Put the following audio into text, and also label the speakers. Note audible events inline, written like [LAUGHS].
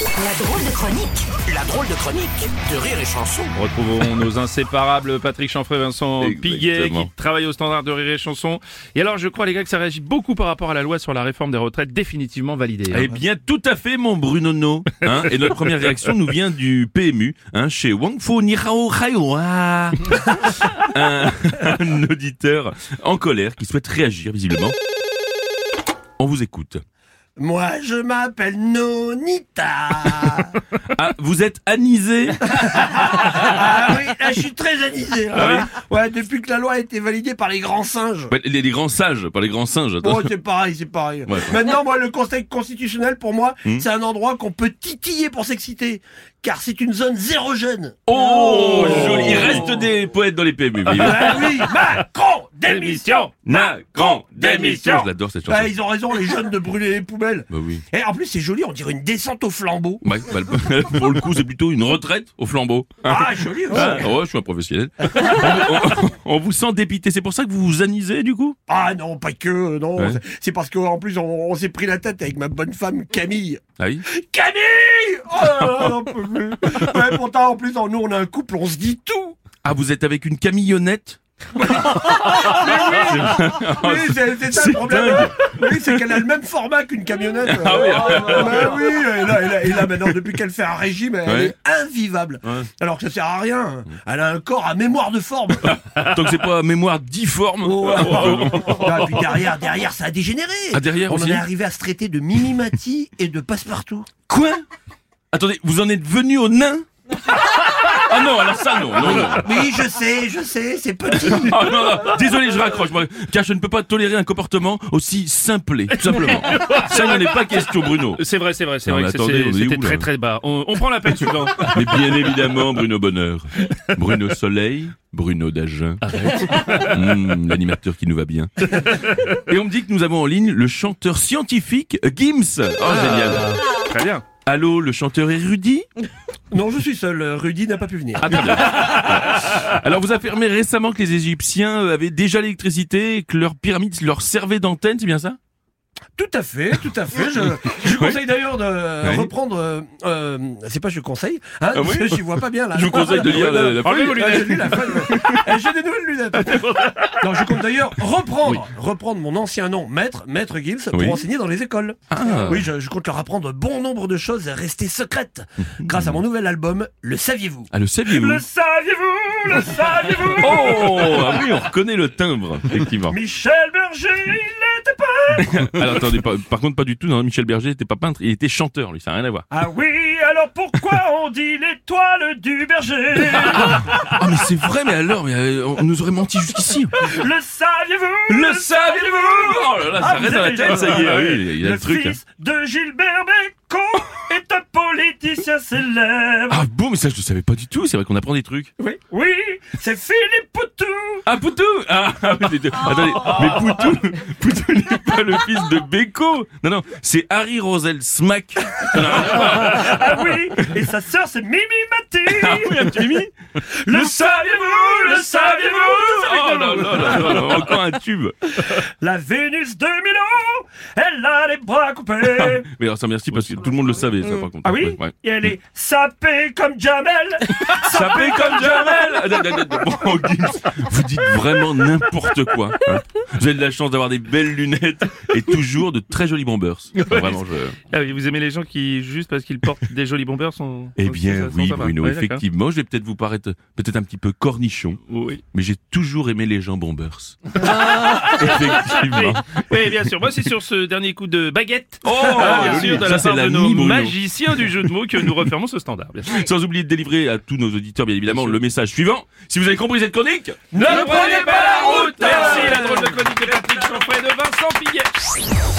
Speaker 1: La drôle de chronique.
Speaker 2: La drôle de chronique de Rire et Chanson.
Speaker 3: Retrouvons [LAUGHS] nos inséparables Patrick Chanfray, Vincent Piguet,
Speaker 4: Exactement.
Speaker 3: qui travaille au standard de Rire et Chanson. Et alors, je crois, les gars, que ça réagit beaucoup par rapport à la loi sur la réforme des retraites définitivement validée. hein.
Speaker 4: Eh bien, tout à fait, mon Bruno. No. Hein, et notre première réaction nous vient du PMU, hein, chez Wangfo Nihao Raiwa. un, un auditeur en colère qui souhaite réagir, visiblement. On vous écoute.
Speaker 5: Moi, je
Speaker 4: [LAUGHS]
Speaker 5: m'appelle Nonita.
Speaker 4: Ah, vous êtes anisé
Speaker 5: ah oui, là, je suis très anisé.
Speaker 4: Ah
Speaker 5: hein. ouais, depuis que la loi a été validée par les grands singes.
Speaker 4: Ouais, les, les grands sages, pas les grands singes. attends.
Speaker 5: Bon, c'est pareil, c'est pareil.
Speaker 4: Ouais. Hmm.
Speaker 5: Maintenant, moi, le Conseil constitutionnel, pour moi, c'est un endroit qu'on peut titiller pour s'exciter, car c'est une zone
Speaker 4: [LAUGHS]
Speaker 5: zéro jeune.
Speaker 4: Oh, joli. Il reste des poètes dans les PMU. mais-
Speaker 5: Ah oui, Macron, démission
Speaker 4: Na, grand,
Speaker 5: Démission.
Speaker 4: Je l'adore cette chanson.
Speaker 5: Ah, Ils ont raison, les jeunes, de brûler les poubelles.
Speaker 4: Bah oui.
Speaker 5: Et en plus, c'est joli, on dirait une descente au flambeau.
Speaker 4: Ouais, bah, le- pour le coup, c'est plutôt une retraite au flambeau.
Speaker 5: Ah, joli aussi.
Speaker 4: Ah, ouais, je suis un professionnel. on, on- [LAUGHS] on vous sent dépité, c'est pour ça que vous vous anisez du coup
Speaker 5: Ah non, pas que, euh, non.
Speaker 4: Ouais.
Speaker 5: C'est- C'est parce qu'en plus, on, on s'est pris la tête avec ma bonne femme Camille.
Speaker 4: Ah oui
Speaker 5: Camille [LAUGHS] Oh là là, j'en peux plus. Ouais, pourtant, en plus, en nous, on a un couple, on se dit tout.
Speaker 4: Ah, vous êtes avec une camillonnette
Speaker 5: Oui, c'est c'est
Speaker 4: Ah,
Speaker 5: ça
Speaker 4: c'est
Speaker 5: le problème. Oui, c'est qu'elle a le même format qu'une camionnette.
Speaker 4: Ah oui.
Speaker 5: bah oui, et là, et là, et là, maintenant, depuis qu'elle fait un régime, elle
Speaker 4: Ouais.
Speaker 5: est invivable.
Speaker 4: Ouais.
Speaker 5: Alors que ça sert à rien. Elle a un corps à mémoire
Speaker 4: [LAUGHS]
Speaker 5: de forme.
Speaker 4: Tant que c'est pas mémoire difforme.
Speaker 5: Non, et bah, puis derrière, derrière, ça a dégénéré.
Speaker 4: Ah, derrière
Speaker 5: on en
Speaker 4: aussi
Speaker 5: est arrivé à se traiter de mimimati et
Speaker 4: [LAUGHS]
Speaker 5: de passe-partout.
Speaker 4: Quoi Attendez, vous en êtes venu au nain Ah non, alors ça non, non, non.
Speaker 5: Oui, je sais, je sais,
Speaker 4: [LAUGHS]
Speaker 5: c'est petit.
Speaker 4: Ah, non, non, Désolé, je raccroche, moi, car je ne peux pas tolérer un comportement aussi simplé, tout simplement. Ça, il n'en est pas question, Bruno.
Speaker 3: C'est vrai, c'est vrai, c'est
Speaker 4: Non,
Speaker 3: vrai
Speaker 4: mais
Speaker 3: que
Speaker 4: attendez,
Speaker 3: c'est-
Speaker 4: on est
Speaker 3: c'était
Speaker 4: où,
Speaker 3: très
Speaker 4: là
Speaker 3: très bas. On, on prend l'appel suivant. [LAUGHS]
Speaker 4: Mais bien évidemment, Bruno Bonheur. Bruno Soleil, Bruno Dagen. Hmm, L'animateur qui nous va bien. Et on me dit que nous avons en ligne le chanteur scientifique Gims. Oh, génial.
Speaker 3: Ah. très bien.
Speaker 4: Allô, le chanteur érudit
Speaker 5: Non, je suis seul. Rudy n'a pas pu venir.
Speaker 4: Alors, vous affirmez récemment que les Égyptiens euh, avaient déjà l'électricité et que leurs pyramides leur servaient d'antenne, c'est bien ça
Speaker 5: Tout à fait, tout à fait. Je, je conseille d'ailleurs de
Speaker 4: Oui.
Speaker 5: reprendre. euh, euh, c'est pas je conseille. Hein,
Speaker 4: Ah oui
Speaker 5: parce que [LAUGHS] j'y vois pas bien là.
Speaker 4: Je vous conseille de lire la, la
Speaker 3: Enlevez vos
Speaker 5: Ah,
Speaker 3: lunettes.
Speaker 5: j'ai lu la fin,
Speaker 4: [LAUGHS]
Speaker 5: ouais. Eh, J'ai des nouvelles lunettes. Non, je compte d'ailleurs reprendre, reprendre mon ancien nom, maître, maître Gibbs, pour
Speaker 4: Oui.
Speaker 5: enseigner dans les écoles.
Speaker 4: Ah.
Speaker 5: Oui, je, je compte leur apprendre bon nombre de choses restées
Speaker 4: [LAUGHS]
Speaker 5: secrètes grâce à mon nouvel album. Le saviez-vous
Speaker 4: Ah, le saviez-vous
Speaker 5: Le saviez-vous Le saviez-vous [LAUGHS]
Speaker 4: Oh Ah oui, on reconnaît le timbre,
Speaker 3: [LAUGHS]
Speaker 4: effectivement.
Speaker 5: Michel Berger, il était pas.
Speaker 4: Alors, attendez, par, par contre, pas du tout. Non, Michel Berger n'était pas peintre, il était chanteur, lui, ça n'a rien à voir.
Speaker 5: Ah oui, alors pourquoi
Speaker 4: [LAUGHS]
Speaker 5: on dit l'étoile du berger
Speaker 4: Ah mais c'est vrai, mais alors, mais euh, on nous aurait menti jusqu'ici.
Speaker 5: Le saviez-vous
Speaker 4: Le saviez-vous [LAUGHS] Oh là là, ça
Speaker 5: Ah,
Speaker 4: reste
Speaker 5: vous
Speaker 4: dans la
Speaker 5: avez
Speaker 4: tête,
Speaker 5: raison.
Speaker 4: ça y est. oui, il y a le, truc. hein.
Speaker 5: de Gilbert Bécaud
Speaker 4: [LAUGHS]
Speaker 5: est un politicien célèbre.
Speaker 4: Ah bon, mais ça je le savais pas du tout. C'est vrai qu'on apprend des trucs.
Speaker 5: Oui, c'est Philippe Poutou.
Speaker 4: Ah Poutou Ah ah, oui, les deux. attendez, mais Poutou, Poutou n'est pas le fils de Beko. Non non, c'est Harry Rosel Smack. [LAUGHS]
Speaker 5: Ah oui, et sa sœur c'est Mimi
Speaker 4: [LAUGHS] Ah
Speaker 5: Mati.
Speaker 4: oui, un petit mimi.
Speaker 5: Le saviez-vous Le
Speaker 4: Oh là
Speaker 5: saviez-vous
Speaker 4: là là là là, encore un tube.
Speaker 5: La Vénus de Milan, elle a les bras
Speaker 4: [LAUGHS]
Speaker 5: coupés.
Speaker 4: Ah, Mais alors ça merci parce que tout le monde le savait ça par contre.
Speaker 5: Ah oui
Speaker 4: Ouais, ouais.
Speaker 5: Et elle est sapée comme Jamel.
Speaker 4: Ça paye comme [LAUGHS] Jamel Bon, Gims, vous dites vraiment n'importe quoi. hein. Vous avez de la chance d'avoir des belles lunettes et toujours de très jolis bombers. Enfin, Vraiment, je...
Speaker 3: Ah oui, vous aimez les gens qui, juste parce qu'ils portent des jolis bombers, sont.
Speaker 4: Eh
Speaker 3: sont-
Speaker 4: bien,
Speaker 3: sont- sont
Speaker 4: oui,
Speaker 3: sympas.
Speaker 4: Bruno,
Speaker 3: Ouais, d'accord.
Speaker 4: effectivement, je vais peut-être vous paraître peut-être un petit peu cornichon,
Speaker 3: Oui.
Speaker 4: mais j'ai toujours aimé les gens [LAUGHS] bombers. Ah. effectivement.
Speaker 3: oui, bien sûr. Moi, c'est sur ce dernier coup de baguette.
Speaker 4: Oh,
Speaker 3: Ah, bien
Speaker 4: le
Speaker 3: sûr,
Speaker 4: lit.
Speaker 3: de
Speaker 4: ça
Speaker 3: la
Speaker 4: c'est
Speaker 3: part
Speaker 4: la
Speaker 3: de nos
Speaker 4: mi Bruno.
Speaker 3: magiciens du jeu de mots que nous refermons ce standard. bien sûr.
Speaker 4: Sans oublier de délivrer à tous nos auditeurs, bien évidemment, le message suivant. Si vous avez compris cette chronique,
Speaker 5: hein.
Speaker 3: Ne prenez pas la route Merci, la drôle de chronique de Patrick Chanfray et de Vincent Piguet